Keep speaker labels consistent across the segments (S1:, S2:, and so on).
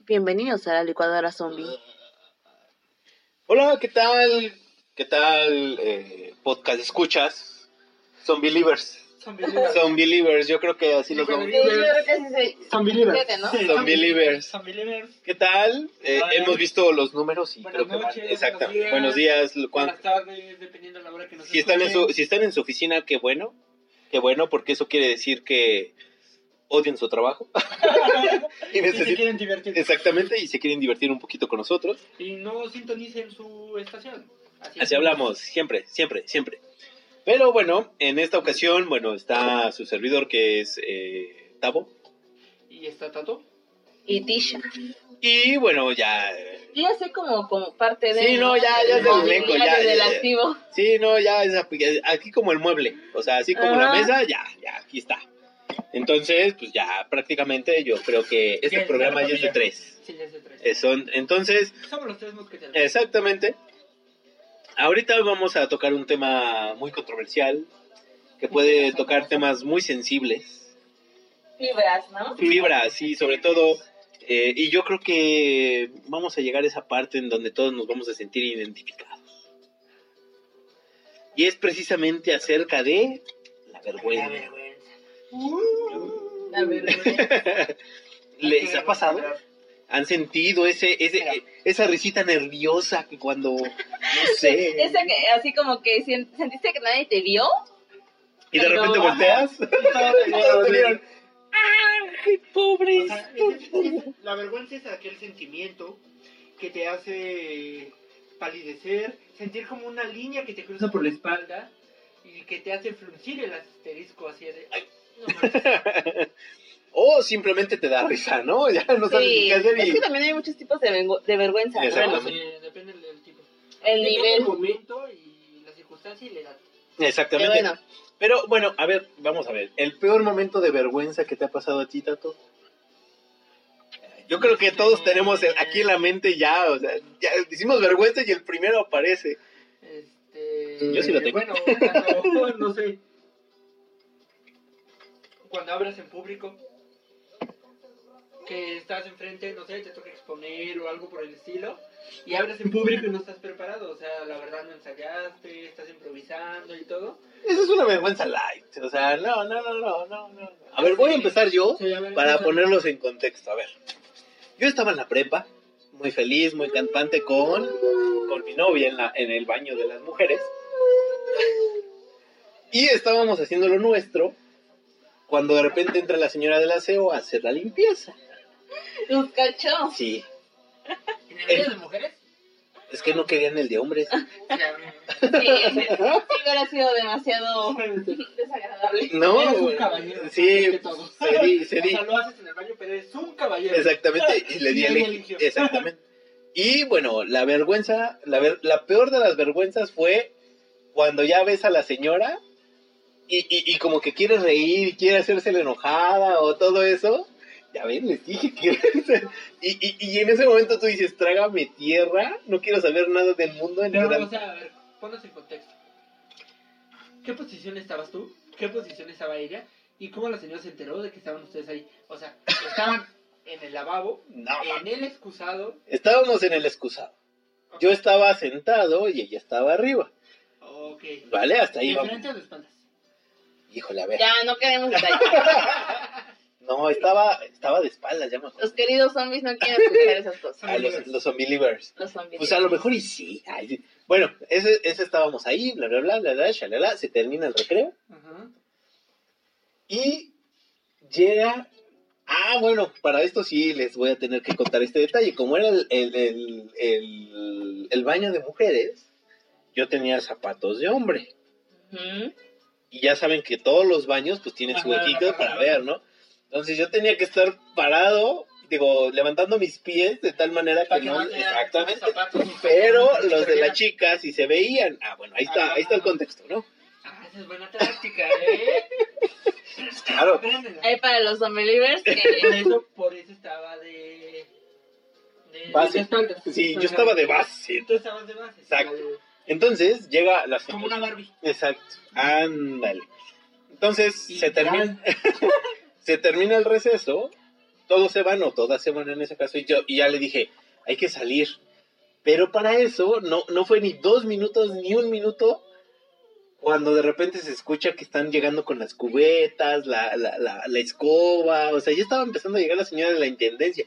S1: Bienvenidos a la licuadora zombie.
S2: Hola, ¿qué tal? ¿Qué tal? eh, podcast escuchas. Zombie Livers. Zombie Livers, yo creo que así lo
S3: Zombie
S2: llamamos.
S3: Livers.
S4: Zombie Liver.
S3: Fíjate, ¿no?
S4: Sí,
S2: Zombie Livers.
S4: Zombie Liver.
S2: ¿Qué tal? Eh,
S4: Hola.
S2: hemos visto los números y
S4: Buenas
S2: creo que van-
S4: noches,
S2: exacta.
S4: buenos días.
S2: Buenos días. lo- cuan-
S4: Buenas tardes, dependiendo de la hora que nos
S2: si están en
S4: escuchen.
S2: su si están en su oficina, qué bueno. Qué bueno porque eso quiere decir que odian su trabajo. y
S4: Si se
S2: necesitan
S4: quieren divertir.
S2: exactamente y se quieren divertir un poquito con nosotros.
S4: Y no sintonicen su estación.
S2: Así hablamos, siempre, siempre, siempre. Pero bueno, en esta ocasión, bueno, está su servidor que es eh, Tavo.
S4: Y está Tato.
S3: Y Tisha.
S2: Y bueno, ya. eh,
S3: Yo ya sé como, como parte de.
S2: Sí, no, ya- ya
S3: del
S2: es del
S3: móvil,
S2: elenco,
S3: ya
S2: ya,
S3: del
S2: ya, ya.
S3: activo.
S2: Sí, no, ya es ap- ya es aquí como el mueble. O sea, así como la
S3: Ajá.
S2: mesa, ya, ya, aquí está. Entonces, pues ya prácticamente yo creo que
S4: Ya
S2: este
S4: está,
S2: programa ya es de
S4: familia.
S2: tres.
S4: Sí, ya es de tres.
S2: Eh, Son, entonces,
S4: Somos los tres mosqueteros.
S2: Exactamente. Ahorita vamos a tocar un tema muy controversial que puede tocar temas muy sensibles,
S3: Fibras, ¿no?
S2: fibras y sobre todo, eh, y yo creo que vamos a llegar a esa parte en donde todos nos vamos a sentir identificados. Y es precisamente acerca de la
S4: La
S2: vergüenza.
S4: vergüenza. Uh.
S3: La verdad.
S2: ¿Les ha pasado? ¿Han sentido ese, ese, esa risita nerviosa que cuando, no sé,
S3: Esa que, así como que sen- sentiste que nadie te vio.
S2: y de repente volteas?
S4: Todos tenían-
S2: ¡Ay,
S4: O sea,
S2: pobrecito!
S4: es- es- es- la vergüenza es aquel sentimiento que te hace palidecer, sentir como una línea que te cruza por la espalda y que te hace fruncir el asterisco así de... "Ay, no manches".
S3: este.
S2: O simplemente te da risa, ¿no? Ya no sabes ni
S3: Sí.
S2: qué hacer y...
S3: Es que también hay muchos tipos de, vengo- de vergüenza. ¿no?
S2: Exacto.
S3: Bueno,
S4: Eh, depende del- del tipo.
S3: el
S4: Depende del
S3: nivel.
S4: momento y la circunstancia y la edad.
S3: Pero
S2: Exactamente.
S3: bueno,
S2: Pero bueno, a ver, vamos a ver. El peor momento de vergüenza que te ha pasado a ti, Tato. Yo creo que todos tenemos el- aquí en la mente ya, o sea, ya decimos vergüenza y el primero aparece.
S4: Este,
S2: Yo sí la tengo.
S4: Bueno, cuando, no sé. Cuando hablas en público, que estás enfrente, no sé, te toca exponer o algo por el estilo, y hablas en público y no estás preparado, o sea, la verdad no ensayaste, estás improvisando y todo.
S2: Esa es una vergüenza light, o sea, no, no, no, no, no, no. A ver, voy a empezar yo
S4: Sí, a ver,
S2: para
S4: escucha.
S2: ponerlos en contexto. A ver, yo estaba en la prepa, muy feliz, muy cantante con, con mi novia en, la, en el baño de las mujeres. Y estábamos haciendo lo nuestro cuando de repente entra la señora del aseo a hacer la limpieza.
S3: tus cachos.
S2: Sí,
S4: ¿En el baño de mujeres?
S2: es que no querían el de hombres.
S4: Ya,
S3: Sí, sí, sí, hubiera sido demasiado desagradable.
S2: No,
S4: eres un
S2: güey.
S4: caballero. más
S2: sí,
S4: que todo.
S2: se di, se
S4: O
S2: di.
S4: sea, lo haces en el baño, pero eres un caballero.
S2: Exactamente, y le di
S4: Y
S2: el
S4: él eligió.
S2: Exactamente. Y bueno, la vergüenza, la, ver- la peor de las vergüenzas fue cuando ya ves a la señora y, y- y como que quiere reír, quiere hacerse la enojada o todo eso. Ya ven, les dije que... y, y, y en ese momento tú dices, trágame tierra, no quiero saber nada del mundo. en
S4: Pero,
S2: verdad".
S4: o sea, a ver, ponnos en contexto. ¿Qué posición estabas tú? ¿Qué posición estaba ella? ¿Y cómo la señora se enteró de que estaban ustedes ahí? O sea, estaban en el lavabo,
S2: No,
S4: en el excusado.
S2: estábamos en el excusado. Yo estaba sentado y ella estaba arriba.
S4: Ok.
S2: ¿Vale? Hasta ahí
S4: ¿De
S2: vamos.
S4: frente o de espaldas?
S2: Híjole, a ver.
S3: Ya, no queremos detalles.
S2: No, estaba, estaba de espaldas, ya me acuerdo.
S3: Los queridos zombies no quieren escuchar esas cosas.
S2: A Ah, los, los zombie livers.
S3: Los zombies.
S2: Pues a lo mejor y sí. ay, sí. Bueno, ese, ese estábamos ahí, bla, bla, bla, bla, bla, shalala, se termina el recreo
S4: Ajá.
S2: y llega... Ah, bueno, para esto sí les voy a tener que contar este detalle. Como era el, el, el, el- el baño de mujeres, yo tenía zapatos de hombre.
S3: Ujú.
S2: Y ya saben que todos los baños pues tienen su
S4: Ajá,
S2: huequito
S4: ajá,
S2: para
S4: ajá.
S2: ver, ¿no? Entonces yo tenía que estar parado, digo, levantando mis pies de tal manera que,
S4: Para que
S2: no...
S4: no te vean
S2: Exactamente.
S4: tus zapatos, tus
S2: Pero
S4: zapatos,
S2: los de la
S4: mira.
S2: chica sí se veían. Ah, bueno, ahí está, ahí está el contexto, ¿no?
S4: Ah, esa es buena táctica, ¿eh?
S2: Claro.
S4: Apréndela.
S3: Ahí para los zombielivers
S4: Por
S3: que
S4: eso, por eso estaba de... De,
S2: Base.
S4: de espaldas.
S2: Sí, yo
S4: Ajá.
S2: estaba de base.
S4: Tú estabas de base.
S2: Exacto.
S4: sí,
S2: Entonces llega la
S4: Como una Barbie.
S2: Exacto. Ándale. Entonces
S4: Y
S2: se termina, se termina el receso, todos se van o todas se van en ese caso y yo y ya le dije, hay que salir. Pero para eso no, no fue ni dos minutos ni un minuto cuando de repente se escucha que están llegando con las cubetas, la, la, la, la escoba, o sea, ya estaba empezando a llegar la señora de la intendencia.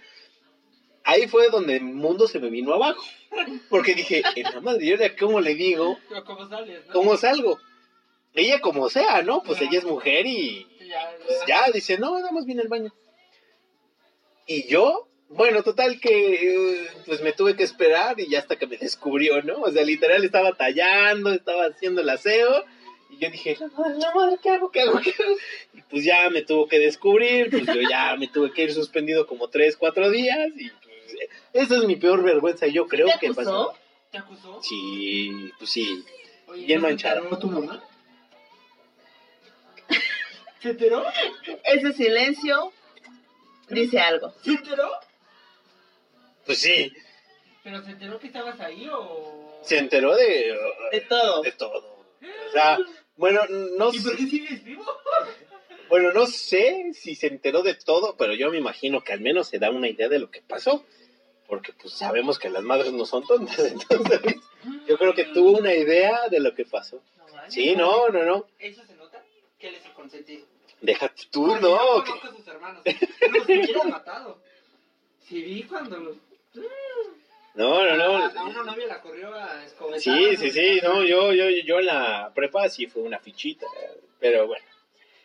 S2: Ahí fue donde el mundo se me vino abajo. Porque dije, en la madre, ¿y ahora cómo le digo
S4: Pero ¿Cómo sales, no?
S2: ¿cómo salgo? Ella como sea, ¿no? Pues
S4: Claro.
S2: ella es mujer y
S4: Ya,
S2: pues, ya dice, no, nada más viene al baño. Y yo, bueno, total que eh, pues me tuve que esperar y ya hasta que me descubrió, ¿no? O sea, literal estaba tallando, estaba haciendo el aseo. Y yo dije, la madre, la madre, ¿qué hago? ¿Qué hago? ¿Qué hago? Y pues ya me tuvo que descubrir, pues yo ya me tuve que ir suspendido como tres, cuatro días. Y pues, eh, esa es mi peor vergüenza, yo creo
S3: ¿Te
S2: que
S3: acusó?
S2: pasó.
S4: ¿Te acusó?
S2: Sí, pues sí.
S4: Oye,
S2: Bien
S4: ¿no se
S2: manchado.
S4: enteró tu mamá? ¿Se enteró?
S3: Ese silencio dice algo.
S4: ¿Se enteró?
S2: Pues sí.
S4: ¿Pero se enteró que estabas ahí o...?
S2: se enteró de,
S3: De todo.
S2: de todo. O sea, bueno, no
S4: ¿Y por
S2: sé,
S4: qué sigues vivo?
S2: bueno, no sé si se enteró de todo, pero yo me imagino que al menos se da una idea de lo que pasó. Porque pues sabemos que las madres no son tontas, entonces yo creo que tuvo una idea de lo que pasó.
S4: Ah, No manches.
S2: Sí, no, no, no.
S4: ¿Eso se nota? ¿Qué les consentí?
S2: Deja tú,
S4: Porque
S2: no.
S4: Yo
S2: que-
S4: conozco a sus hermanos. Los hubiera matado. Sí, vi cuando... los-
S2: No, no,
S4: A
S2: no.
S4: una novia la corrió a escobetar.
S2: Sí, sí, sí,
S4: ah,
S2: no, yo, yo, yo en la prepa sí fue una fichita, pero bueno.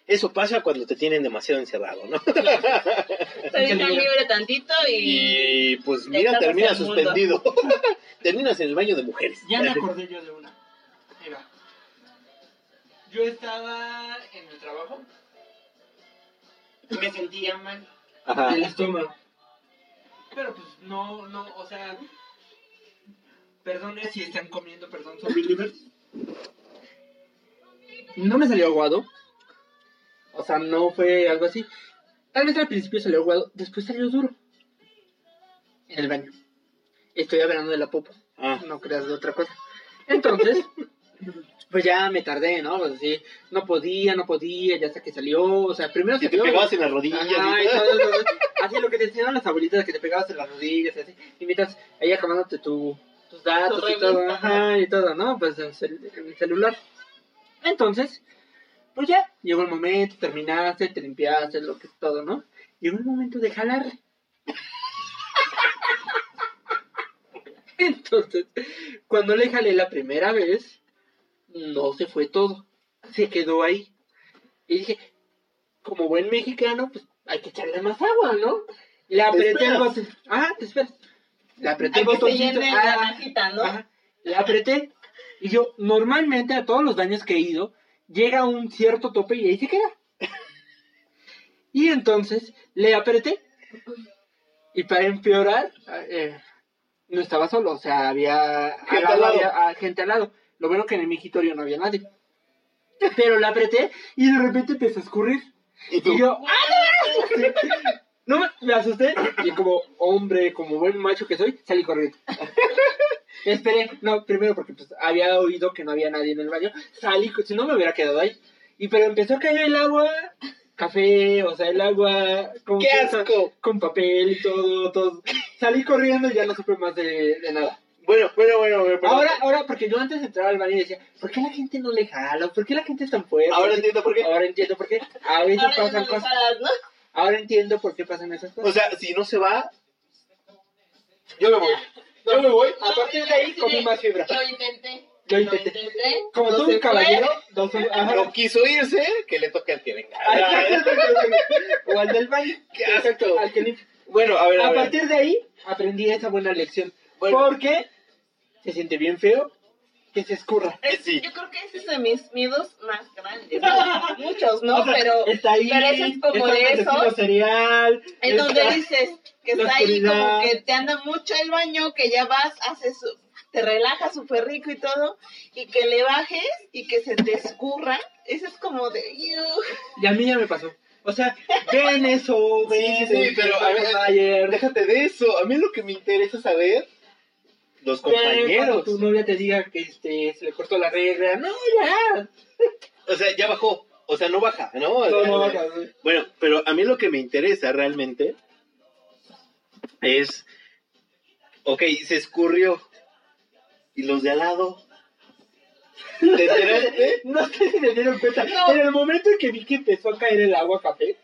S2: Eso pasa cuando te tienen demasiado encerrado, ¿no?
S3: Te dejan libre tantito y...
S2: Y pues
S3: Te
S2: mira,
S3: tapas
S2: termina
S3: el mundo.
S2: suspendido. Terminas en el baño de mujeres.
S4: Ya me acordé yo de una. Mira. Yo estaba en el trabajo. Me sentía mal
S2: Ajá.
S4: del Ah. estómago. Pero pues no, no, o sea. Perdone si están comiendo, perdón, son believers. No me salió aguado. O sea, no fue algo así. Tal vez al principio salió aguado, después salió duro. En el baño. Estoy hablando de la popa
S2: Ah,
S4: no creas de otra cosa. Entonces, pues ya me tardé, ¿no? Pues así, no podía, no podía, ya hasta que salió, o sea, primero
S2: que te
S4: salió-
S2: pegabas en las rodillas.
S4: Ajá,
S2: y-
S4: y todo eso, ¿no? así lo que te enseñaron las abuelitas, que te pegabas en las rodillas, y así, y mientras ella acabándote tu, tus datos
S3: Tu
S4: y todo,
S3: revista,
S4: ajá, y todo, ¿no? Pues en, cel- en el celular. Entonces, pues ya, llegó el momento, terminaste, te limpiaste, lo que todo, ¿no? Llegó el momento de jalarle. Entonces, cuando le jalé la primera vez, no se fue todo, se quedó ahí. Y dije, como buen mexicano, pues hay que echarle más agua, ¿no? Le apreté el
S2: esperas.
S4: botón. Ajá, te esperas. Le apreté
S3: Hay
S4: el
S3: que te
S4: botoncito.
S3: llene
S4: ah,
S3: la cajita, ¿no?
S4: ajá. Le apreté. Y yo, normalmente a todos los baños que he ido, llega a un cierto tope y ahí se queda. Y entonces le apreté. Y para empeorar, eh, no estaba solo, o sea, había
S2: Gente
S4: al lado
S2: al lado.
S4: había, ah, gente al lado. Lo bueno que en el mijitorio no había nadie. Pero le apreté y de repente empezó a escurrir.
S2: Y tú,
S4: Y yo, ¡ah, no! No, me- me asusté y como hombre, como buen macho que soy, salí corriendo. Esperé, no, primero porque pues, había oído que no había nadie en el baño, salí, si no me hubiera quedado ahí. Y pero empezó a caer el agua, café, o sea, el agua con,
S2: ¡qué asco!
S4: con papel y todo, todo. Salí corriendo y ya no supe más de, de nada.
S2: Bueno, bueno, bueno, bueno. pero-
S4: Ahora, ahora, porque yo antes entraba al baño y decía, ¿por qué la gente no le jala? ¿Por qué la gente es tan fuerte?
S2: ahora entiendo por qué.
S4: Ahora entiendo por qué. A
S3: Ahora
S4: veces
S3: ya no
S4: pasan
S3: le
S4: cosas.
S3: jalas, ¿no?
S4: Ahora entiendo por qué pasan esas
S2: O
S4: cosas.
S2: sea, si no se va, yo me voy. Yo me voy.
S4: a partir de ahí comí más fibra.
S3: Lo intenté.
S4: Yo
S3: Lo
S4: intenté.
S3: intenté.
S4: Como
S3: no
S4: tú,
S3: se
S4: un caballero, dos
S2: No
S4: ajá.
S2: quiso irse, que le toque al que venga.
S4: O al del baño.
S2: ¡Qué asco!
S4: Al que limpia.
S2: Bueno, a ver, a
S4: A
S2: ver.
S4: partir de ahí aprendí esa buena lección.
S2: Bueno,
S4: Porque se siente bien feo que se escurra.
S3: fue.
S2: Sí.
S3: Yo creo que ese es de mis miedos más grandes. ¿no? Muchos, ¿no?
S4: O sea,
S3: pero
S4: está ahí.
S3: pero eso es como
S4: está
S3: de
S4: el asesino
S3: esos.
S4: serial.
S3: en donde
S4: está-
S3: dices que
S4: la
S3: está ahí como
S4: oscuridad.
S3: que te anda mucho el baño, que ya vas, haces, su- te relajas súper rico y todo, y que le bajes y que se te escurra. Eso es como de... "Iu".
S4: Y a mí ya me pasó. O sea, ven eso, ven
S2: Sí, sí, sí, pero a ver,
S4: Mayer.
S2: Déjate de eso. A mí lo que me interesa saber los
S4: Cuando
S2: compañeros.
S4: tu novia te diga que este, se le cortó la regla, no, ya.
S2: O sea, ya bajó. O sea, no baja, ¿no? O
S4: No,
S2: sea,
S4: no, cabrón.
S2: Bueno, pero a mí lo que me interesa realmente es, ok, se escurrió. ¿Y los de al lado? ¿Te enteraste?
S4: No sé si me dieron cuenta.
S3: No.
S4: En el momento en que vi que empezó a caer el agua café,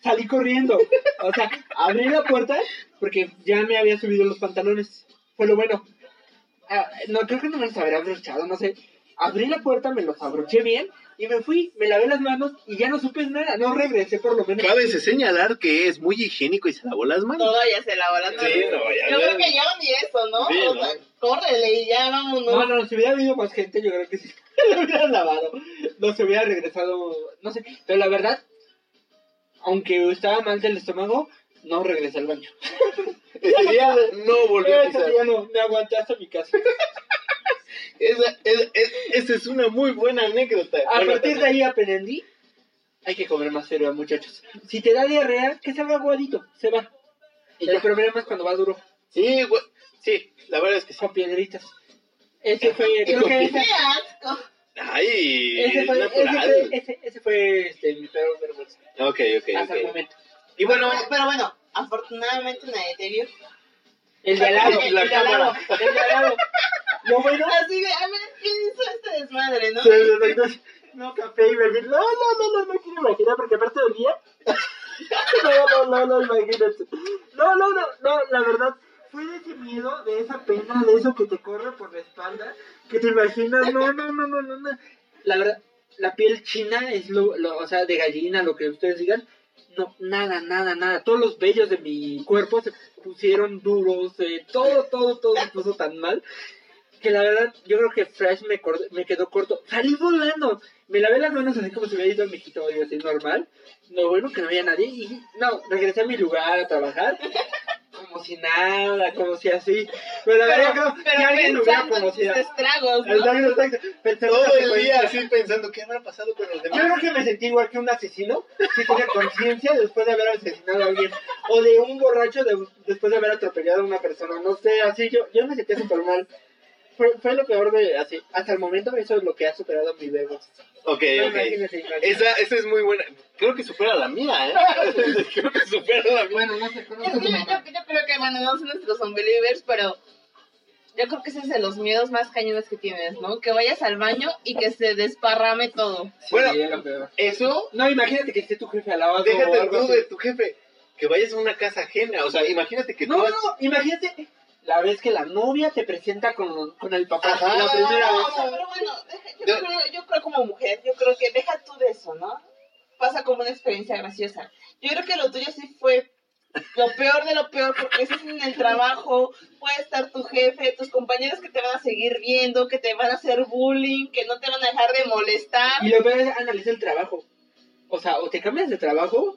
S4: salí corriendo. O sea, abrí la puerta porque ya me había subido los pantalones. Fue lo bueno. Ah, no, creo que no me los habría abrochado, no sé. Abrí la puerta, me los abroché bien y me fui. Me lavé las manos y ya no supe nada. No regresé por lo menos.
S2: Cabe señalar que es muy higiénico y se lavó las manos.
S3: Todavía se lavó las manos.
S2: Sí, no, ya,
S3: Yo
S2: ya.
S3: creo que ya ni eso, ¿no?
S2: Sí,
S3: o
S2: ¿no?
S3: sea, córrele y ya vámonos.
S4: No, no, si hubiera habido más gente, yo creo que sí. Lo hubiera lavado. No se hubiera regresado. No sé. Pero la verdad, aunque estaba mal del estómago, no regresé al baño.
S2: Ese día no volvió a
S4: Ese
S2: pisar.
S4: día no, me aguanté hasta mi casa.
S2: Esa es, es- esa es una muy buena anécdota.
S4: A
S2: Bueno,
S4: partir de ahí aprendí. Hay que comer más frío, muchachos. Si te da diarrea, que salga aguadito. Se va.
S2: Y
S4: El
S2: ya.
S4: problema es cuando va duro.
S2: Sí, güey. Sí, la verdad es que sí.
S4: Con piedritas. Ese fue, creo que
S3: ¡Qué
S4: ese,
S3: asco!
S2: Ay,
S4: ese
S2: es
S4: fue, ese fue,
S2: natural.
S4: ese, ese fue este, mi peor vergüenza.
S2: Ok,
S4: hasta el
S2: ok, ok.
S4: momento.
S2: Y bueno,
S3: Pero bueno, afortunadamente nadie te vio.
S4: El de al lado.
S3: La
S4: el de al lado. El de al lado. Lo bueno.
S3: Así de, a ver, ¿quién hizo este desmadre, no?
S4: Sí, sí, sí, sí. No, café y bebé. No, no, no, no, no quiero imaginar porque aparte dolía. No, no, no, no, imagínate. No, no, no, no, la verdad. Fue de ese miedo, de esa pena, de eso que te corre por la espalda, que te imaginas, no, no, no, no, no, no. La verdad, la piel china es lo, lo- o sea, de gallina, lo que ustedes digan, no, nada, nada, nada. Todos los vellos de mi cuerpo se pusieron duros, eh, todo, todo, todo se puso tan mal que la verdad, yo creo que Flash me, cor- me quedó corto. Salí volando. Me lavé las manos así como si hubiera ido a México y así normal. Lo bueno que no había nadie. Y no, regresé a mi lugar a trabajar. Como si nada, como si así. Pero la verdad, creo que alguien lo hubiera
S3: pensando en tus
S4: conocido.
S3: estragos, ¿no?
S4: Exacto, exacto. Pensando
S2: todo
S4: que
S2: el
S4: fue-
S2: día así pensando qué habrá pasado con los
S4: Yo
S2: demás.
S4: creo que me sentí igual que un asesino. Si tenía conciencia después de haber asesinado a alguien. O de un borracho de- después de haber atropellado a una persona. No sé, así yo, yo me sentía súper mal. Fue, fue lo peor de así. Hasta el momento eso es lo que ha superado mi bebo.
S2: Ok,
S4: No
S2: ok.
S4: imagínese, imagínese.
S2: Esa, esa es muy buena. Creo que supera la mía, ¿eh? Creo que supera la mía.
S4: Bueno, no sé,
S3: Es
S4: conozco
S3: que
S4: a tu
S3: yo,
S4: mamá.
S3: yo- yo creo que, bueno, no son nuestros unbelievers, pero yo creo que ese es de los miedos más cañones que tienes, ¿no? Que vayas al baño y que se desparrame todo.
S4: Sí,
S2: Bueno.
S4: era lo peor.
S2: Eso,
S4: No, imagínate que esté tu jefe al lado. o
S2: déjate
S4: algo
S2: tú
S4: así.
S2: de tu jefe. Que vayas a una casa ajena. O sea, imagínate que
S4: No, no,
S2: tú vas...
S4: no, imagínate la vez que la novia te presenta con, con el papá.
S2: Ajá.
S4: La primera
S3: No,
S4: vez.
S3: o sea, pero bueno, deja- yo,
S2: Yo-
S3: creo, yo creo como mujer, yo creo que deja tú de eso, ¿no? Pasa como una experiencia graciosa. Yo creo que lo tuyo sí fue lo peor de lo peor, porque eso es en el trabajo, puede estar tu jefe, tus compañeros que te van a seguir viendo, que te van a hacer bullying, que no te van a dejar de molestar.
S4: Y lo peor es analizar el trabajo. O sea, o te cambias de trabajo,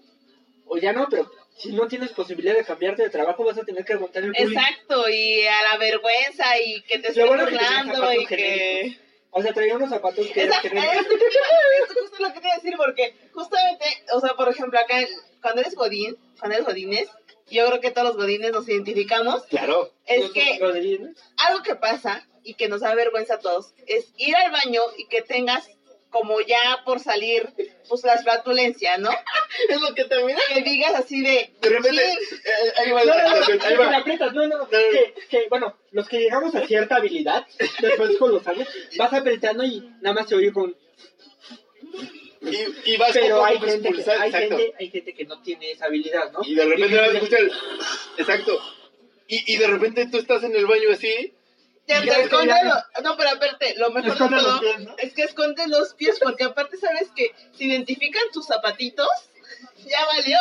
S4: o ya no, pero si no tienes posibilidad de cambiarte de trabajo, vas a tener que aguantar el bullying.
S3: Exacto, y a la vergüenza y que te
S4: Lo
S3: estén
S4: bueno que tenía
S3: burlando
S4: zapatos
S3: y que...
S4: genéricos. O sea, traía unos zapatos que
S3: Esa-
S4: que
S3: es,
S4: eran-
S3: es justo lo que te iba a decir, porque justamente, o sea, por ejemplo, acá, cuando eres godín, cuando eres godines, yo creo que todos los godines nos identificamos,
S2: Claro.
S3: es
S4: los-
S3: que
S4: los de- ¿no?
S3: algo que pasa y que nos da vergüenza a todos es ir al baño y que tengas como ya por salir, pues la flatulencia, ¿no?
S2: Es lo que también...
S3: Que digas así de...
S2: De repente...
S3: "Chin".
S2: eh, Ahí va
S4: No,
S2: la
S4: no, no,
S2: situación,
S4: que
S2: ahí
S4: te
S2: va.
S4: aprietas, no, no,
S2: no.
S4: que, que, bueno, los que llegamos a cierta habilidad, después con los años, vas apretando y nada más se oye con...
S2: Y, y vas
S4: Pero
S2: poco a
S4: hay
S2: poco
S4: gente, que,
S2: expulsando,
S4: hay,
S2: exacto.
S4: gente, hay gente que no tiene esa habilidad, ¿no?
S2: Y de repente vas a escuchar... el- Exacto. Y, y de repente tú estás en el baño así...
S3: Te, te
S4: Y ya ves que
S3: esconde
S4: ya-
S3: lo- No, pero aparte, lo mejor de
S4: Esconde los
S3: todo
S4: pies, ¿no?
S3: es que esconde los pies, porque aparte sabes que si identifican tus zapatitos, ya valió.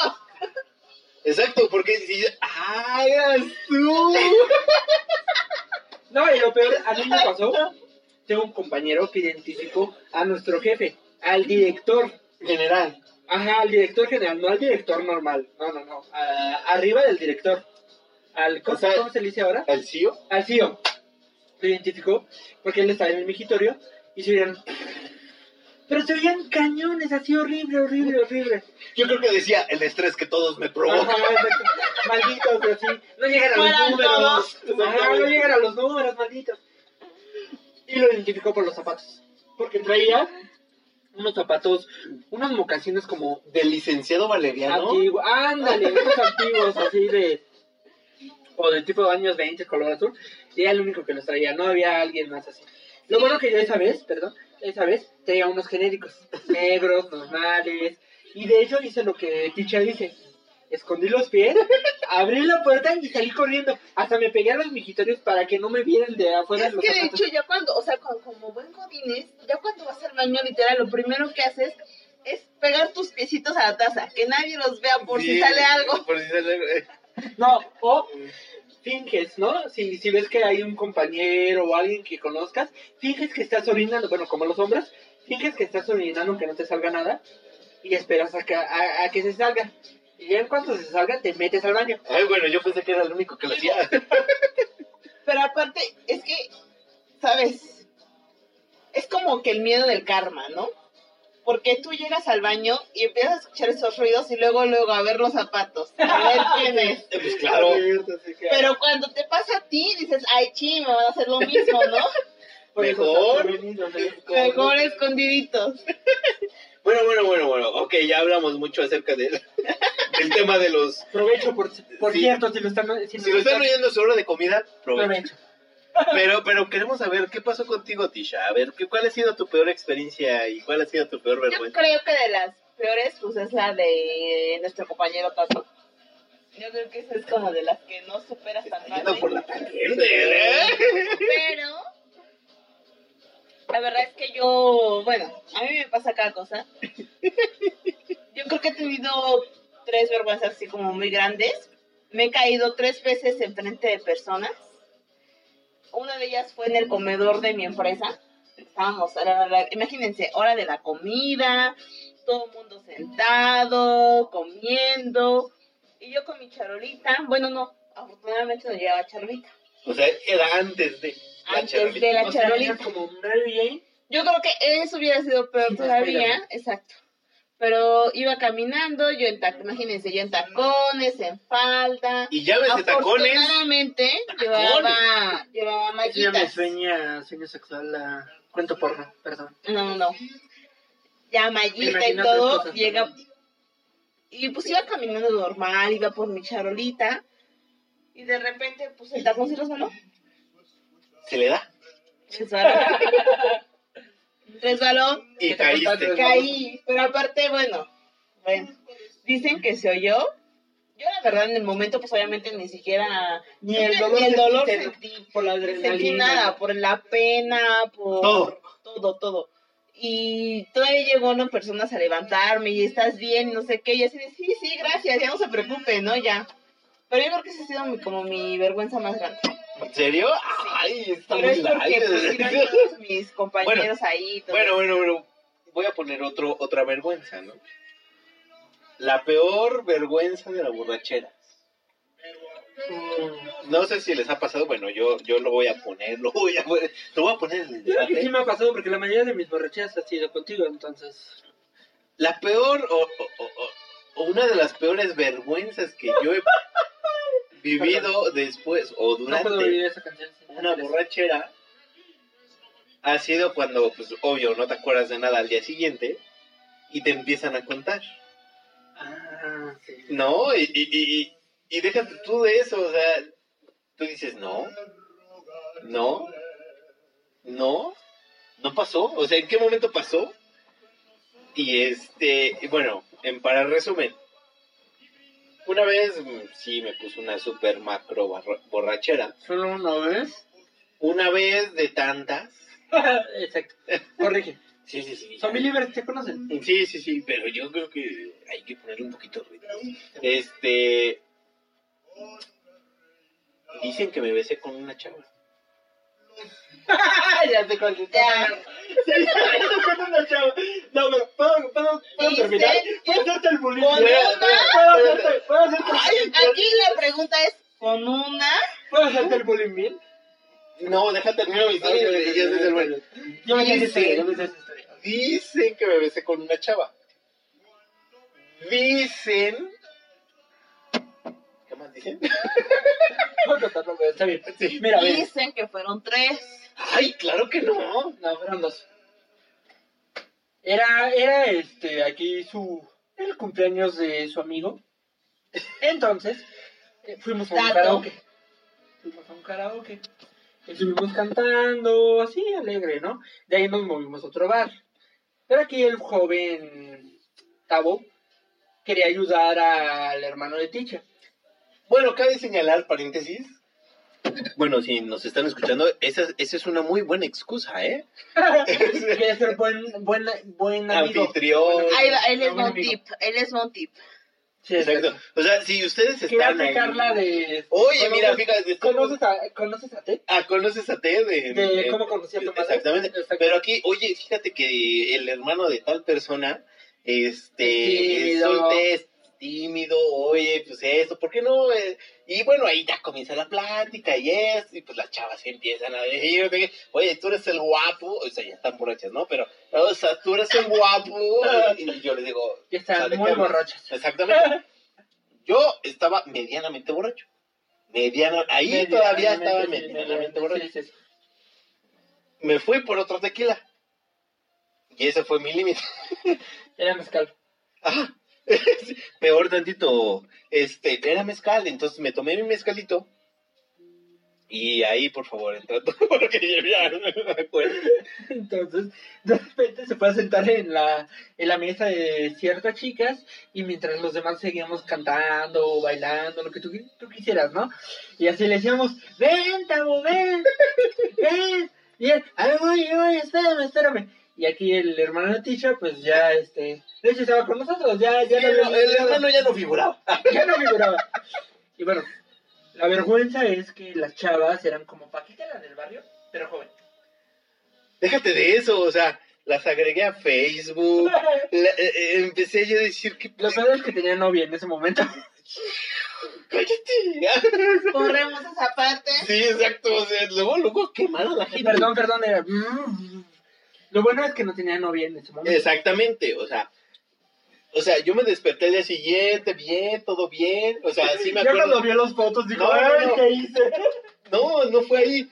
S2: Exacto, porque si... ¡Ah, eras tú!
S4: No, y lo peor, a mí me pasó. Tengo un compañero que identificó a nuestro jefe, al director.
S2: General.
S4: Ajá, al director general, no al director normal. No, no, no. a- arriba del director. Al, ¿cómo,
S2: O sea-
S4: cómo se le dice ahora?
S2: ¿Al CEO?
S4: Al CEO. Lo identificó porque él estaba en el migitorio y se veían. Pero se veían cañones así horrible, horrible, horrible.
S2: Yo creo que decía el estrés que todos me provocan.
S4: Ajá, exacto. malditos, y así. No llegan a
S3: Fueran
S4: los números.
S2: todos.
S4: Ajá, no llegan a los números, malditos. Y lo identificó por los zapatos. Porque traía unos zapatos, unos mocasines como
S2: Del licenciado Valeriano.
S4: antiguos. Ándale, unos antiguos así de. O del tipo de años 20, color azul. Y era el único que los traía, no había alguien más así. Lo bueno que yo esa vez, perdón, esa vez traía unos genéricos, negros, normales. Y de hecho hice lo que Ticha dice. Escondí los pies, abrí la puerta y salí corriendo. Hasta me pegué a los mijitorios para que no me vieran de afuera.
S3: Es
S4: los
S3: que de
S4: zapatos.
S3: hecho ya cuando, o sea, cu- como buen godines, ya cuando vas al baño literal, lo primero que haces es pegar tus piecitos a la taza, que nadie los vea por si
S2: Sí,
S3: sale algo.
S2: Por si sale algo. eh.
S4: No, o finges, ¿no? Si, si ves que hay un compañero o alguien que conozcas, finges que estás orinando, bueno, como los hombres, finges que estás orinando que no te salga nada y esperas a que, a, a que se salga. Y ya en cuanto se salga, te metes al baño.
S2: Ay, bueno, yo pensé que era el único que lo hacía.
S3: Pero aparte, es que, ¿sabes? Es como que el miedo del karma, ¿no? Porque tú llegas al baño y empiezas a escuchar esos ruidos y luego, luego a ver los zapatos, a ver quién es.
S2: Eh, Pues claro.
S3: Pero cuando te pasa a ti, dices, ay, chi, me van a hacer lo mismo, ¿no?
S4: Por eso
S2: mejor.
S4: estás orinando, ¿no?
S3: Mejor escondiditos.
S2: Bueno, bueno, bueno, bueno. Ok, ya hablamos mucho acerca del, del tema de los.
S4: Provecho, por, por
S2: Sí.
S4: cierto, si lo están... Si,
S2: Si lo están oyendo a su hora de comida, provecho.
S4: provecho.
S2: Pero, pero queremos saber qué pasó contigo, Tisha. A ver, ¿qué, ¿cuál ha sido tu peor experiencia y cuál ha sido tu peor
S3: Yo
S2: vergüenza?
S3: creo que de las peores, pues es la de nuestro compañero Tato. Yo creo que esa es como de las que no superas tan
S2: Yendo por
S3: fácil.
S2: la tangente, ¿eh?
S3: Pero la verdad es que yo, bueno, a mí me pasa cada cosa. Yo creo que he tenido tres vergüenzas así como muy grandes. Me he caído tres veces enfrente de personas. Una de ellas fue en el comedor de mi empresa. Estábamos, a la- la- imagínense, hora de la comida, todo el mundo sentado, comiendo. Y yo con mi charolita, bueno, no, afortunadamente no llevaba charolita.
S2: O sea, era antes de. la
S3: Antes
S2: charolita.
S3: de la
S4: O sea,
S3: charolita.
S4: eras como Mary Jane,
S3: Yo creo que eso hubiera sido peor
S4: Sí,
S3: todavía,
S4: espérame.
S3: exacto. Pero iba caminando, yo en tac- imagínense, yo en tacones, en falda.
S2: Y llaves de tacones.
S3: Afortunadamente llevaba, llevaba
S4: eso ya me
S3: mallitas.
S4: sueña, sueño sexual, la... cuento porno, perdón.
S3: No, no. Ya mallita y
S4: Imagino otras
S3: todo,
S4: cosas,
S3: llega.
S4: perdón.
S3: Y pues iba caminando normal, iba por mi charolita. Y de repente, pues el tacón sí lo sonó.
S2: Se le da.
S3: Resbaló. Resbaló.
S2: Y
S4: te
S2: caíste.
S4: contagias.
S3: caí, pero aparte, bueno, bueno, dicen que se oyó. Yo la verdad en el momento pues obviamente ni siquiera
S4: Ni el dolor,
S3: ni el dolor
S4: sentiste,
S3: sentí,
S4: por la
S3: ni
S4: adrenalina.
S3: sentí nada, por la pena, por
S2: Todo.
S3: todo, todo. Y todavía llegó unas personas a levantarme y estás bien, no sé qué, y así de, sí, sí, gracias, ya no se preocupe, ¿no? Ya. Pero yo creo que esa ha sido mi- como mi vergüenza más grande.
S2: ¿En serio? Ay, está
S3: Pero es
S2: muy
S3: porque
S2: light.
S3: pues, iban todos mis compañeros ahí. todo.
S2: Bueno, bueno, bueno. Voy a poner otro, otra vergüenza, ¿no? La peor vergüenza de la borrachera.
S4: Mm.
S2: No sé si les ha pasado, bueno, yo, yo lo voy a poner, lo voy a poner, lo voy a poner en el
S4: Yo creo que
S2: debate.
S4: sí me ha pasado porque la mayoría de mis borracheras ha sido contigo, entonces.
S2: La peor o, o- o- o- o una de las peores vergüenzas que yo he vivido después o
S4: No puedo
S2: durante
S4: vivir esa canción sin
S2: una
S4: hacer eso.
S2: borrachera ha sido cuando, pues obvio, no te acuerdas de nada al día siguiente y te empiezan a contar,
S4: Ah, sí.
S2: ¿no? Y, y, y, y- y déjate tú de eso, o sea, tú dices, no, no, no, no pasó, o sea, ¿en qué momento pasó? Y este, y bueno, en para resumen, una vez mm, sí me puse una super macro barra- borrachera,
S4: Solo una vez.
S2: una vez de tantas,
S4: Exacto. Corrige.
S2: sí, sí, sí,
S4: Son believers, te conocen.
S2: sí, sí, sí, pero yo creo que hay que ponerle un poquito de ritmo. Este, dicen que me besé con una chava.
S4: ya te conté.
S3: Ya.
S4: No, pero puedo, puedo, puedo
S3: ¿Viste?
S4: terminar. Puedo hacerte el bullying.
S3: ¿Con
S4: Puedo
S3: una?
S4: hacerte, puedo hacerte,
S3: Aquí la pregunta es, ¿con una?
S4: puedo hacerte el bullying bien.
S2: No, déjate terminar mi historia, ya sé es el bueno.
S4: Yo me sé esa
S2: Dice-
S4: historia, yo me sé esa historia.
S2: Dicen que me besé con una chava. Dicen que ¿Qué más dicen?
S4: Voy a contarlo, güey, está bien.
S2: Sí.
S4: Mira, a ver.
S3: Dicen que fueron tres.
S2: Ay, claro que no.
S4: No, fueron dos. Era, era este, aquí su. El cumpleaños de su amigo. Entonces, eh, fuimos a un
S3: Dato.
S4: karaoke. Fuimos a un karaoke. Estuvimos cantando, así alegre, ¿no? De ahí nos movimos a otro bar. Pero aquí el joven Tabo quería ayudar al hermano de Ticha.
S2: Bueno, cabe señalar, paréntesis. Bueno, si nos están escuchando, esa, esa es una muy buena excusa, ¿eh?
S4: Quería ser buen, buen, buen
S2: Ah,
S4: amigo.
S2: Anfitrión.
S3: Ahí, va- ahí les
S4: Algún
S3: va un
S4: amigo.
S3: tip. Ahí les va un tip.
S4: Sí,
S2: Exacto. O sea, si ustedes
S4: Quería
S2: están ahí. Oh,
S4: sacarla de.
S2: Oye,
S4: ¿Conoces-
S2: mira, fíjate, esto-
S4: ¿Conoces a, ¿conoces a Ted?
S2: Ah, conoces a Ted. en-
S4: De
S2: en-
S4: Este, cómo conocí a tu madre.
S2: Eh, Exactamente.
S4: Exacto.
S2: Pero aquí, oye, fíjate que el hermano de tal persona, este, es
S4: Tímido.
S2: solte- es tímido, oye, pues eso, ¿por qué no? Eh, Y bueno, ahí ya comienza la plática y es, y pues las chavas empiezan a decir, de que, oye, tú eres el guapo, o sea, ya están borrachas, ¿no? Pero, o sea, tú eres el guapo, y yo les digo,
S4: Ya
S2: ¿sabe
S4: están
S2: qué
S4: muy
S2: hablas?
S4: borrachas.
S2: Exactamente. Yo estaba medianamente borracho. Mediano, ahí todavía estaba
S4: Medianamente, sí,
S2: medianamente borracho
S4: sí, sí, sí.
S2: me fui por otro tequila. Y ese fue mi límite.
S4: Era mezcal.
S2: Ah, Peor tantito, este, era mezcal, entonces me tomé mi mezcalito. Y ahí, por favor, entrando, porque yo ya no me acuerdo.
S4: Entonces, de repente se fue a sentar en la, en la mesa de ciertas chicas y mientras los demás seguíamos cantando, bailando, lo que tú, qui- tú quisieras, ¿no? Y así le decíamos, ven, Tabo, ven, ven, bien, a ver, voy, voy, espérame, espérame. Y aquí el hermano de Tisha, pues ya, este, de hecho estaba con nosotros, ya, ya lo habíamos
S2: el, el
S4: olvidado.
S2: hermano ya no figuraba.
S4: ya no figuraba. Y bueno, la vergüenza es que las chavas eran como Paquita, la del barrio, pero joven.
S2: Déjate de eso, o sea, las agregué a Facebook. la- eh, eh, empecé yo a decir que.
S4: Lo peor es que tenía novia en ese momento.
S2: ¡Cállate!
S3: Corremos esa parte.
S2: Sí, exacto. O sea, luego, luego quemar a la gente.
S4: Y perdón, perdón, era... "Mm". Lo bueno es que no tenía novia en ese momento.
S2: Exactamente, o sea, o sea, yo me desperté el día siguiente, bien, todo bien, o sea, sí me
S4: Ya cuando
S2: acuerdo.
S4: vio los fotos dijo,
S2: No, no,
S4: "Ay,
S2: no.
S4: ¿qué hice?
S2: No, no fue ahí.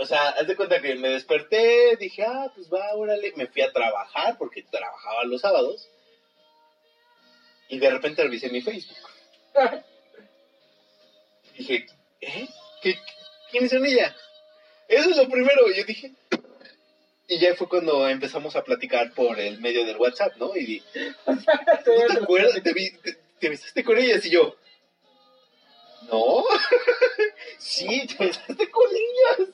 S2: O sea, haz de cuenta que me desperté, dije, ah, pues va, órale, me fui a trabajar porque trabajaba los sábados. Y de repente revisé mi Facebook. Dije, ¿eh? ¿Qué, ¿Quién son ella? Eso es lo primero, yo dije. Y ya fue cuando empezamos a platicar por el medio del WhatsApp, ¿no? Y di- ¿No te acuerdas? Te, vi- te- te besaste con ellas y yo. No. sí, te besaste con ellas.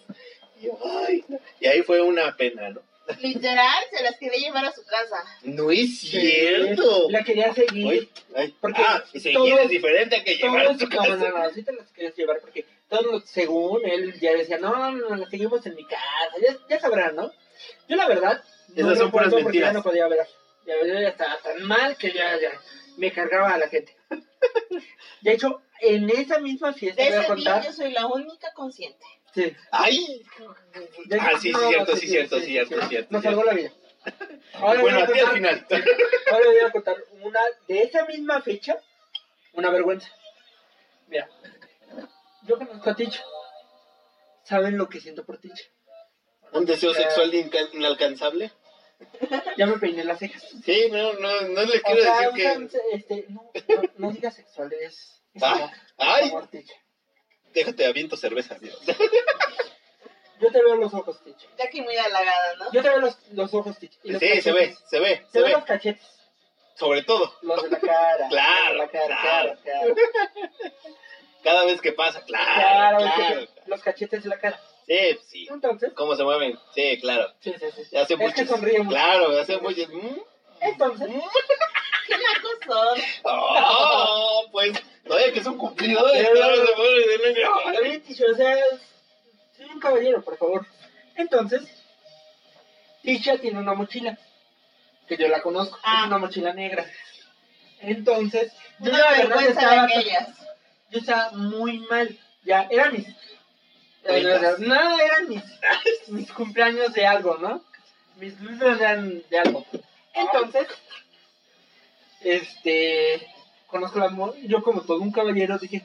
S2: Y, yo, "Ay, no". Y ahí fue una pena, ¿no?
S3: Literal, se las quería llevar a su casa.
S2: No es
S4: Sí,
S2: cierto.
S4: La quería seguir.
S2: Ay, ay.
S4: Porque
S2: ah, y seguir
S4: todo-
S2: es diferente a que llevar a
S4: todos,
S2: tu
S4: no, no,
S2: casa.
S4: no, sí te las querías llevar porque todos los- según él ya decía, no, no, la seguimos en mi casa, ya, ya sabrán, ¿no? Yo la verdad, no
S2: Esas son
S4: recuerdo
S2: puras
S4: porque
S2: mentiras.
S4: ya no podía ver. Ya, yo ya estaba tan mal que ya, ya me cargaba a la gente. De hecho, en esa misma fiesta
S3: De
S4: voy a
S3: ese día
S4: contar.
S3: yo soy la única consciente.
S4: Sí.
S2: Ay.
S4: De hecho,
S2: Ah, sí, sí,
S4: no,
S2: cierto,
S4: no,
S2: sí, cierto, sí, cierto, sí, cierto.
S4: Nos
S2: sí,
S4: salvó la vida. Ahora
S2: bueno,
S4: voy
S2: a ti al
S4: contar-
S2: final.
S4: Ahora voy a contar una de esa misma fecha, una vergüenza. Mira, yo conozco a Ticha. ¿Saben lo que siento por Ticha?
S2: ¿Un deseo sexual inca- inalcanzable?
S4: Ya me peiné las cejas.
S2: Sí, no, no, no le
S4: O
S2: quiero
S4: sea,
S2: decir que.
S4: usan, este, no, no, no digas sexual, es, es
S2: Ah,
S4: amor, es
S2: Ay,
S4: amor, Ticha.
S2: déjate aviento cerveza. tío.
S4: Yo te veo los ojos, Ticha.
S3: Ya que muy halagada, ¿no?
S4: Yo te veo los, los ojos, Ticha. y los
S2: Sí, se ve,
S4: cachetes.
S2: se ve,
S4: Se
S2: se
S4: ven
S2: ve.
S4: los cachetes.
S2: Sobre todo,
S4: Los de la cara.
S2: Claro,
S4: los de la cara,
S2: claro.
S4: claro.
S2: cada vez que pasa, claro,
S4: Claro,
S2: claro.
S4: que- los cachetes de la cara.
S2: Sí, sí.
S4: Entonces,
S2: ¿Cómo se mueven? Sí, claro.
S4: sí, sí, sí.
S2: Hace
S4: Es que
S2: muchos.
S4: sonríe mucho.
S2: Claro, hace muchos. mm,
S4: Entonces,
S2: mm.
S3: Qué lacos son.
S2: Oh, pues, todavía que es un cumplido.
S4: Sí,
S2: eh, claro, se mueve de niño.
S4: Ay, Ticho, o sea, soy un caballero, por favor. Entonces, Tisha tiene una mochila, que yo la conozco,
S3: Ah.
S4: es una mochila negra. Entonces, yo la
S3: Una
S4: verdad
S3: vergüenza de
S4: estaba,
S3: aquellas.
S4: yo estaba muy mal, ya, era mis,
S2: Treintas.
S4: nada, eran mis, mis cumpleaños de algo, ¿no? Mis luces eran de algo. Entonces, este, conozco la mo- yo como todo un caballero dije,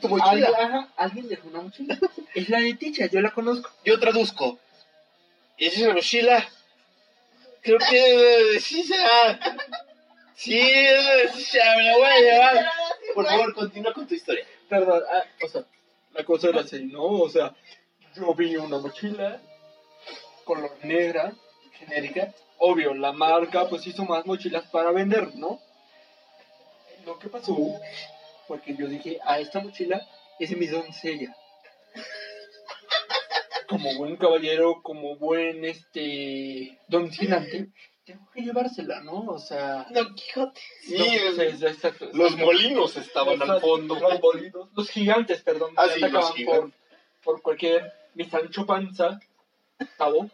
S2: Tu mochila.
S4: ¿Alguien, ajá, alguien dejó una mochila. es la de Ticha, yo la conozco.
S2: Yo traduzco. Es esa mochila. Creo que eh, sí será. Sí, eh, sí, ya me la voy a llevar. Por favor, continúa con tu historia.
S4: Perdón, ah, o sea, la cosa era así, ¿no? O sea, yo vi una mochila color negra, genérica. Obvio, la marca pues hizo más mochilas para vender, ¿no? Lo que pasó fue que yo dije, a esta mochila es mi doncella. Como buen caballero, como buen este doncinante, tengo que llevársela, ¿no? O sea,
S3: Don Quijote.
S2: Sí,
S4: no, pues, o sea, es- exacto,
S2: los
S4: exacto.
S2: molinos estaban al fondo.
S4: Los bolidos, los gigantes, perdón,
S2: Ah,
S4: que
S2: sí, los
S4: atacaban por,
S2: gigantes.
S4: por cualquier mi Sancho Panza, ¿tabo?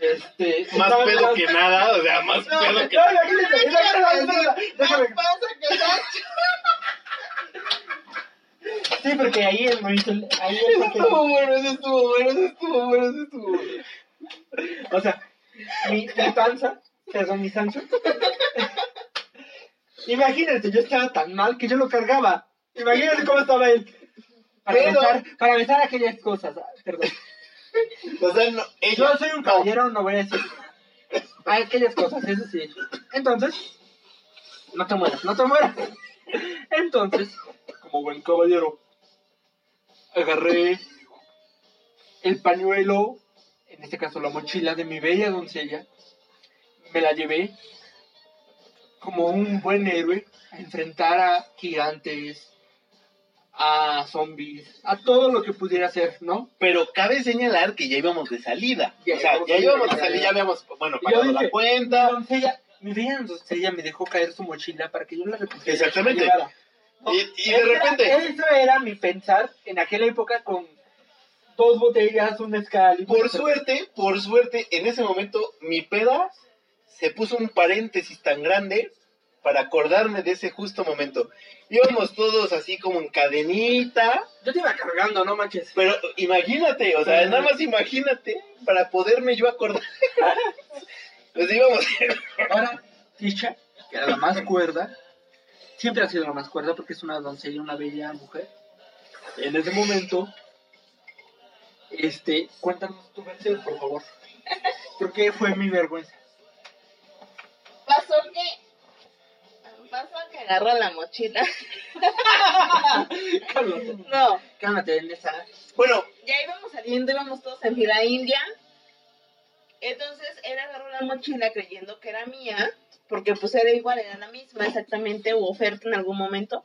S4: Este,
S2: Más
S4: estaban-
S2: pedo que nada, o sea, más
S3: No,
S2: pedo que
S4: No, ya, quítate, ya, déjame, déjame,
S3: Más
S4: déjame.
S3: pasa que Sancho.
S4: Sí, porque ahí el monito, ahí el
S2: Eso estuvo bueno, eso estuvo bueno, eso estuvo bueno, eso estuvo bueno.
S4: O sea, mi, mi panza, perdón, mi Sancho. Imagínate, yo estaba tan mal que yo lo cargaba. Imagínate cómo estaba él. Para
S2: Pero-
S4: besar, para besar aquellas cosas, ah, perdón.
S2: O sea, no, ella-
S4: Yo soy un caballero, no voy a decir aquellas cosas, eso sí. Entonces, no te mueras, no te mueras. Entonces, como buen caballero, agarré el pañuelo, en este caso la mochila de mi bella doncella, me la llevé como un buen héroe a enfrentar a gigantes, a zombies, a todo lo que pudiera ser, ¿no?
S2: Pero cabe señalar que ya íbamos de salida.
S4: Ya
S2: o sea,
S4: íbamos
S2: ya
S4: de
S2: íbamos de
S4: salida.
S2: salida, ya habíamos, bueno,
S4: Yo
S2: pagado
S4: dije,
S2: la
S4: Mi
S2: cuenta.
S4: doncella, mi bella doncella me dejó caer su mochila para que yo la recogiera.
S2: Exactamente.
S4: y la llevara.
S2: Y, y de
S4: Eso era-
S2: repente,
S4: Eso era mi pensar en aquella época con dos botellas, un mezcal y
S2: por
S4: mucho-
S2: suerte, por suerte, en ese momento mi peda se puso un paréntesis tan grande para acordarme de ese justo momento. Íbamos todos así como en cadenita,
S4: Yo te iba cargando, no manches.
S2: pero imagínate, o sea, nada más imagínate para poderme yo acordar. Pues íbamos
S4: Ahora, Tisha, que era la más cuerda, siempre ha sido la más cuerda porque es una doncella, una bella mujer. En ese momento, este, cuéntanos tu versión, por favor. Porque fue mi vergüenza.
S3: Pasó que. Pasó que agarró la mochila.
S4: Cálmate,
S3: No.
S4: cálmate, Nessa.
S2: Bueno,
S3: ya íbamos saliendo, íbamos todos en fila india. Entonces él agarró la mochila creyendo que era mía, porque pues era igual, era la misma exactamente, hubo oferta en algún momento.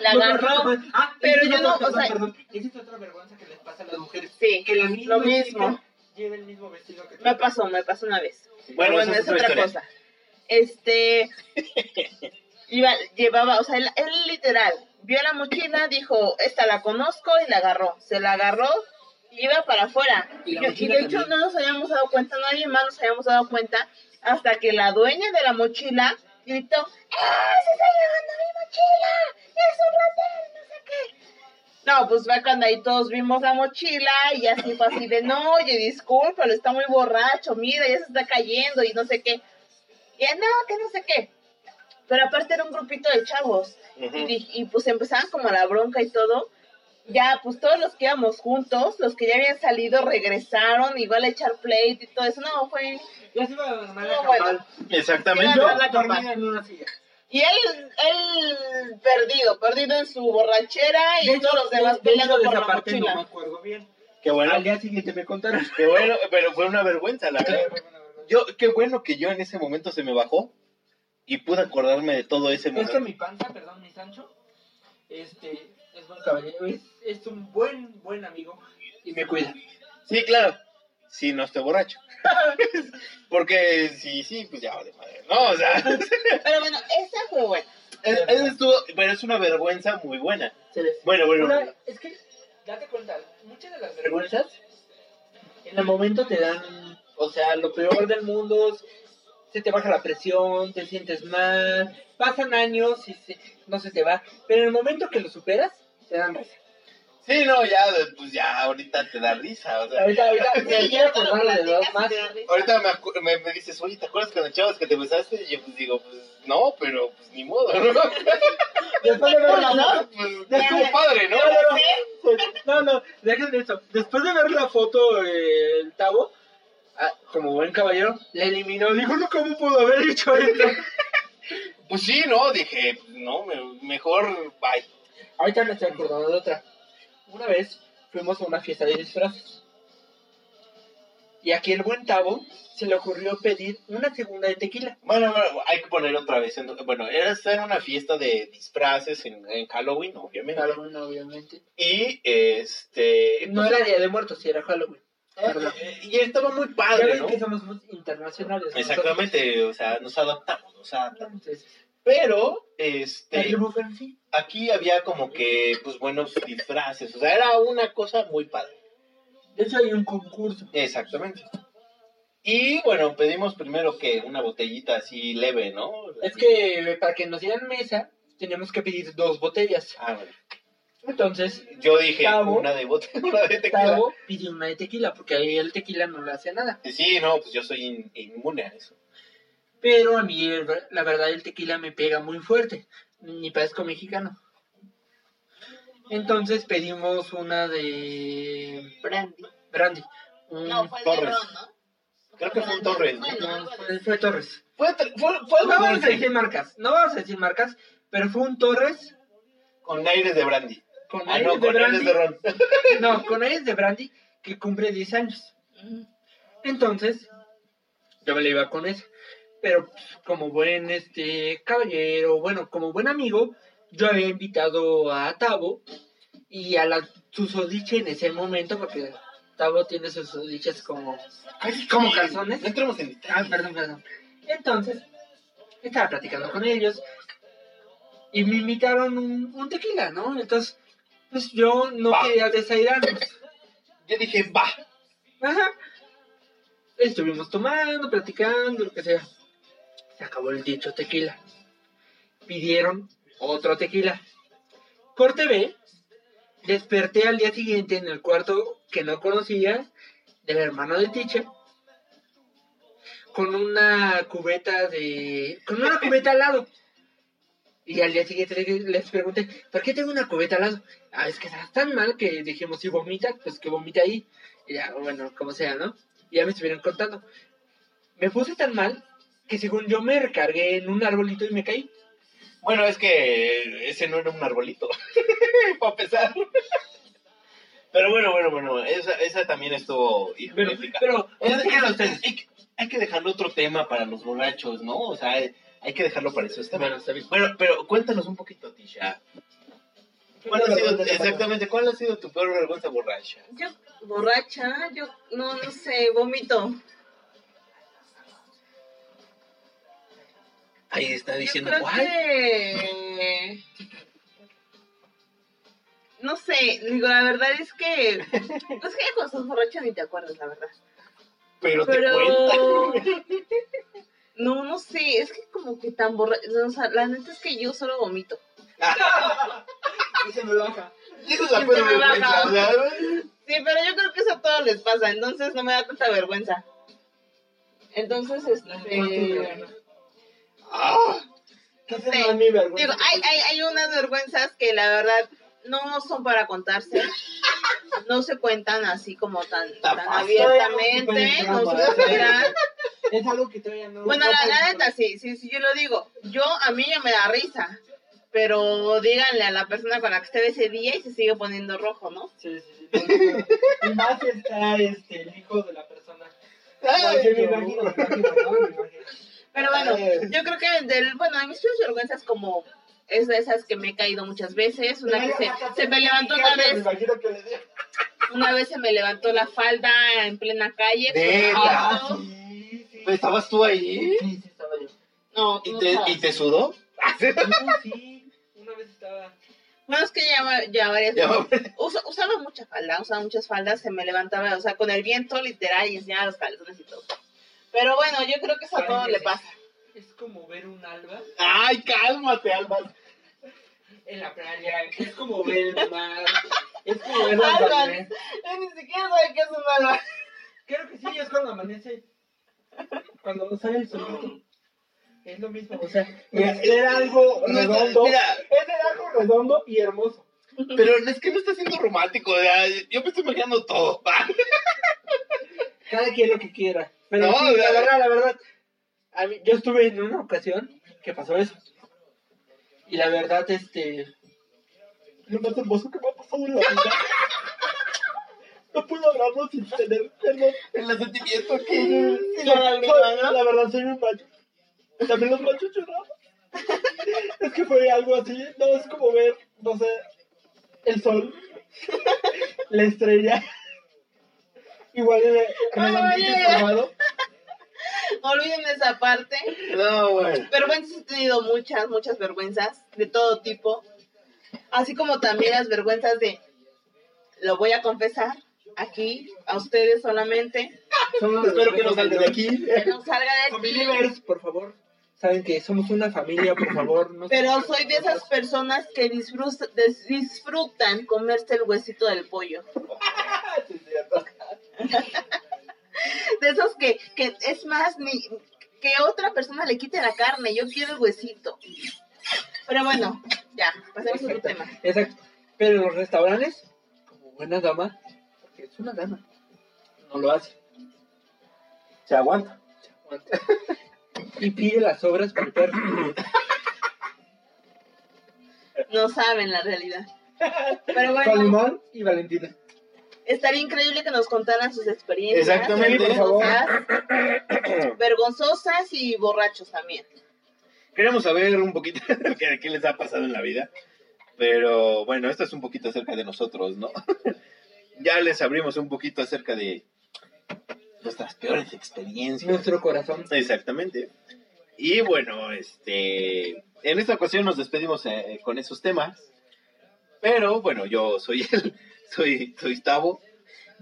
S3: La
S4: No,
S3: agarró,
S4: perdón, ah,
S3: pero
S4: esa es
S3: yo no,
S4: otra,
S3: o
S4: perdón,
S3: sea-
S4: perdón. Esa es otra vergüenza que les pasa a las mujeres.
S3: sí,
S4: Que la misma
S3: Lo mismo.
S4: chica lleva el mismo vestido que tú.
S3: me pasó, me pasó una vez.
S2: Bueno,
S3: Pero
S2: esa es
S3: es
S2: otra
S3: otra
S2: historia.
S3: cosa. Este, iba- llevaba, o sea, él, él literal, vio la mochila, dijo, esta la conozco y la agarró, se la agarró y iba para afuera.
S4: Y la
S3: Yo- Y
S4: mochila
S3: de hecho
S4: también.
S3: no nos habíamos dado cuenta, nadie más nos habíamos dado cuenta, hasta que la dueña de la mochila gritó, ¡Ah, se está llevando mi mochila! ¡Es un ratero, no sé qué! No, pues fue cuando ahí todos vimos la mochila y así fue así de, no, oye, discúlpalo, está muy borracho, mira, ya se está cayendo y no sé qué. Y él, no, que no sé qué. Pero aparte era un grupito de chavos y, di- y, pues empezaban como la bronca y todo. Ya, pues todos los que íbamos juntos, los que ya habían salido regresaron, igual a echar plate y todo eso. No, fue.
S4: Ya se iba a armar la
S3: No, bueno.
S4: campal.
S2: exactamente.
S3: Iba a
S4: Yo
S3: armar la campal.
S4: dormida en una silla.
S3: Y él, él perdido, perdido en su borrachera y
S4: De hecho,
S3: todos los demás
S4: de- de
S3: peleando
S4: hecho, de
S3: por
S4: esa
S3: la
S4: parte
S3: mochila.
S4: No me acuerdo bien.
S2: Qué bueno.
S4: Al día siguiente me contaron.
S2: Qué bueno, pero fue una vergüenza, la verdad. Yo, qué bueno que yo en ese momento se me bajó y pude acordarme de todo ese
S4: Es que
S2: momento.
S4: mi panza, perdón, mi Sancho, este, es buen caballero, es, es un buen, buen amigo y me cuida.
S2: Sí, claro. Si no estoy borracho. Porque sí, sí, pues ya vale madre. No, o sea, es-
S3: Pero bueno, esa fue buena.
S2: eso estuvo, pero es una vergüenza muy buena.
S4: Se les
S2: Bueno, bueno,
S4: Una- es que, date cuenta, muchas de las vergüenzas en el momento te dan, o sea, lo peor del mundo, se te baja la presión, te sientes mal, pasan años y se- no se te va, pero en el momento que lo superas, te dan risa.
S2: Sí, no, ya, pues ya, ahorita te da risa, o sea.
S4: Ahorita, ahorita, me
S3: Sí,
S4: quiero
S3: ya te lo
S4: acordarme de dos
S3: platicas y
S4: más.
S3: te da risa.
S2: Ahorita me, acu- me, me dices, oye, ¿te acuerdas con los chavos que te besaste? Y yo pues digo, pues no, pero pues ni modo, ¿no?
S4: Después de ver la foto.
S2: Pues estuvo padre, ¿no?
S4: Ya, ya, ya.
S5: No, no, dejen de eso. Después de ver la foto, eh, el Tavo, ah, como buen caballero, la eliminó. Dijo, no, ¿cómo pudo haber hecho esto?
S2: Pues sí, no, dije, no, me- mejor, bye.
S4: Ahorita me estoy acordando de otra. Una vez fuimos a una fiesta de disfraces. Y aquí el buen Tavo se le ocurrió pedir una segunda de tequila.
S2: Bueno, bueno, hay que poner otra vez. en- Bueno, era estar en una fiesta de disfraces en, en Halloween, obviamente.
S4: Halloween, obviamente.
S2: Y este.
S4: No
S2: pues,
S4: era Día de Muertos, sí era Halloween. perdón.
S2: eh, y estaba muy
S4: Ah, Ya
S2: padre,
S4: ven
S2: ¿no?
S4: que somos muy internacionales. ¿no?
S2: Exactamente, o sea, nos adaptamos, nos adaptamos.
S4: Entonces,
S2: Pero,
S4: el
S2: este,
S4: grupo fue en sí.
S2: aquí había como que, pues, buenos disfraces. O sea, era una cosa muy padre.
S4: De hecho, hay un concurso.
S2: Exactamente. Y bueno, pedimos primero que una botellita así leve, ¿no?
S4: Es que para que nos dieran mesa, teníamos que pedir dos botellas.
S2: Ah, bueno.
S4: Entonces,
S2: Yo dije,
S4: Tavo.
S2: una de botella, una de tequila.
S4: Tavo pidió una de tequila, porque ahí el tequila no le hacía nada.
S2: Sí, no, pues yo soy in- inmune a eso.
S4: Pero a mí, el ver- la verdad, el tequila me pega muy fuerte. Ni parezco mexicano. Entonces pedimos una de
S3: Brandy.
S4: brandy. un-
S3: No, fue el de
S2: Torres.
S3: ron, ¿no?
S2: Creo que fue un Torres, ¿no?
S3: Bueno,
S4: no,
S3: algo así.
S4: fue, fue Torres.
S2: Fue, tr- fue, fue
S4: No
S2: algo
S4: vamos a
S2: dulce,
S4: decir marcas, no vamos a decir marcas, pero fue un Torres
S2: con aires de brandy.
S4: con
S2: Ah,
S4: aires
S2: no,
S4: de
S2: con
S4: brandy.
S2: aires de ron.
S4: No, con aires de brandy que cumple 10 años. Entonces, yo me la iba con eso. Pero pues, como buen este caballero, bueno, como buen amigo, yo había invitado a Tavo y a la susodicha en ese momento, porque Tavo tiene sus susodichas como... ¿Como calzones?
S2: No entremos en
S4: Ah,
S2: detalle.
S4: perdón, perdón. Entonces, estaba platicando con ellos y me invitaron un, un tequila, ¿no? Entonces, pues yo no
S2: Va.
S4: quería pues, desairarnos.
S2: Yo dije, va.
S4: Ajá. Estuvimos tomando, platicando, lo que sea. Se acabó el dicho tequila. Pidieron otro tequila. Corte B. Desperté al día siguiente en el cuarto que no conocía del hermano de Tiche. Con una cubeta de. Con una cubeta al lado. Y al día siguiente le- les pregunté, ¿por qué tengo una cubeta al lado? Ah, es que estás tan mal que dijimos, si vomita, pues que vomita ahí. Y ya, bueno, como sea, ¿no? Y ya me estuvieron contando. Me puse tan mal que según yo me recargué en un arbolito y me caí.
S2: Bueno, es que ese no era un arbolito, para pesar. Pero bueno, bueno, bueno, esa, esa también estuvo
S4: Pero,
S2: magnífica.
S4: pero,
S2: Es-
S4: explíquenlo
S2: es-
S4: ustedes.
S2: hay, que- hay que dejarlo otro tema para los borrachos, ¿no? O sea, hay que dejarlo para eso. Está bien. Ah,
S4: Bueno, está bien.
S2: Bueno, pero cuéntanos un poquito, Tisha. ¿Cuál ha sido, exactamente, ¿cuál ha sido tu peor vergüenza borracha?
S3: Yo, borracha, yo, no, no sé, vómito.
S2: Ahí está diciendo,
S3: yo creo
S2: ¿cuál?
S3: que... No sé, digo, la verdad es que... No es que cuando estás borracha ni te acuerdas, la verdad.
S2: Pero te cuenta.
S3: Pero... No, no sé, es que como que tan borracha... O sea, la neta es que yo solo vomito.
S4: Y se me baja.
S2: Y Esa es la
S3: Sí,
S2: peor
S3: se me
S2: vergüenza.
S3: baja.
S2: o sea,
S3: Sí, pero yo creo que eso a todos les pasa, entonces no me da tanta vergüenza. Entonces, este...
S2: ¡ah!
S4: ¿Qué es
S3: Sí.
S4: más mi vergüenza?
S3: Digo, hay, hay, hay unas vergüenzas que la verdad no son para contarse. No se cuentan así como tan, tan
S2: Tampoco.
S3: abiertamente. No se superan.
S4: Es algo que todavía no...
S3: Bueno,
S4: no
S3: la, la
S4: puedo-
S3: neta, sí, sí, sí, yo lo digo. Yo, a mí ya me da risa. Pero díganle a la persona con la que usted ese día y se sigue poniendo rojo, ¿no?
S4: Sí, sí, sí. no, no. Y más está este, el hijo de la persona. No,
S2: ¡Ay,
S4: sí, me
S2: no!
S4: imagino, me imagino, ¿no? Me imagino.
S3: Pero bueno,
S2: Ay.
S3: yo creo que del, bueno, de mis peores vergüenzas como es de esas que me he caído muchas veces, una que se, se me levantó una
S4: Me
S3: vez,
S4: imagino que le dio.
S3: una vez se me levantó la falda en plena calle.
S2: Neta.
S4: Ah,
S3: colgando.
S4: sí, sí.
S2: Pues, ¿Estabas tú ahí?
S4: Sí, sí, estaba yo.
S3: No, tú
S2: ¿Y
S3: no
S2: te,
S3: sabes.
S2: ¿Y te sudó?
S4: No, sí, una vez estaba...
S3: Bueno, es que ya, ya varias
S2: Ya,
S3: usa- usaba mucha falda, usaba muchas faldas, se me levantaba, o sea, con el viento literal y enseñaba los calzones y todo. Pero bueno, yo creo que eso a todo le pasa.
S4: Es como ver un alba
S2: Ay, cálmate, Alba.
S4: en la playa, es como ver el mar, Es como verlo cuando
S3: Alan.
S4: amanece.
S3: Yo ni siquiera sabe qué es un alba.
S4: Creo que sí, es cuando amanece. Cuando sale el sol. Es lo mismo. O sea,
S2: Mira,
S4: es ver algo
S2: No está-
S4: redondo.
S2: mira,
S4: Es ver algo redondo y hermoso.
S2: pero es que no está siendo romántico. o sea, Yo me estoy imaginando todo.
S4: Cada quien lo que quiera. Pero
S2: No,
S4: sí, la
S2: la-
S4: verdad, la verdad. A mí- yo estuve en una ocasión que pasó eso. Y la verdad, este. Lo más hermoso que me ha pasado en la vida. No puedo hablarlo sin tener perdón.
S2: El sentimiento que.
S4: Sí,
S3: La
S4: la,
S3: lágrima,
S4: soy-
S3: ¿no?
S4: la verdad soy un macho. También los machos lloraban. Es que fue algo así, no es como ver, no sé, el sol, la estrella. Igual en el, en el
S3: Ay,
S4: ambiente
S3: ay, ay.
S4: cerrado.
S3: Olviden esa parte.
S2: No, bueno.
S3: Vergüenzas he tenido muchas, muchas vergüenzas de todo tipo. Así como también las vergüenzas de, lo voy a confesar aquí, a ustedes solamente.
S2: Espero que no salga de aquí.
S3: Que no salga de aquí.
S4: Familivers, por favor. Saben que somos una familia, por favor. No
S3: Pero soy de esas personas que disfrus- des- disfrutan comerse el huesito del pollo. De esos que, que es más, ni, que otra persona le quite la carne, yo quiero el huesito. Pero bueno, ya, pasemos a otro
S4: Exacto.
S3: tema.
S4: Exacto. Pero en los restaurantes, como buena dama, porque es una dama, no lo hace.
S2: Se aguanta.
S4: aguanta. Y pide las obras para el perro.
S3: No saben la realidad. Pero
S4: Con
S3: bueno,
S4: limón y Valentina.
S3: estaría increíble que nos contaran sus experiencias.
S2: Exactamente.
S4: Sí, por favor.
S3: vergonzosas, vergonzosas y borrachos también.
S2: Queremos saber un poquito acerca de qué les ha pasado en la vida. Pero bueno, esto es un poquito acerca de nosotros, ¿no? ya les abrimos un poquito acerca de nuestras peores experiencias.
S4: Nuestro corazón.
S2: Exactamente. Y bueno, este, en esta ocasión nos despedimos eh, con esos temas. Pero bueno, yo soy el, soy, soy Tavo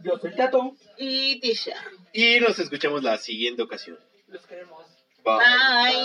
S4: Yo soy Tato.
S3: Y Tisha.
S2: y nos escuchamos la siguiente ocasión.
S6: Los queremos.
S2: Bye.
S4: Ah,
S3: Bye.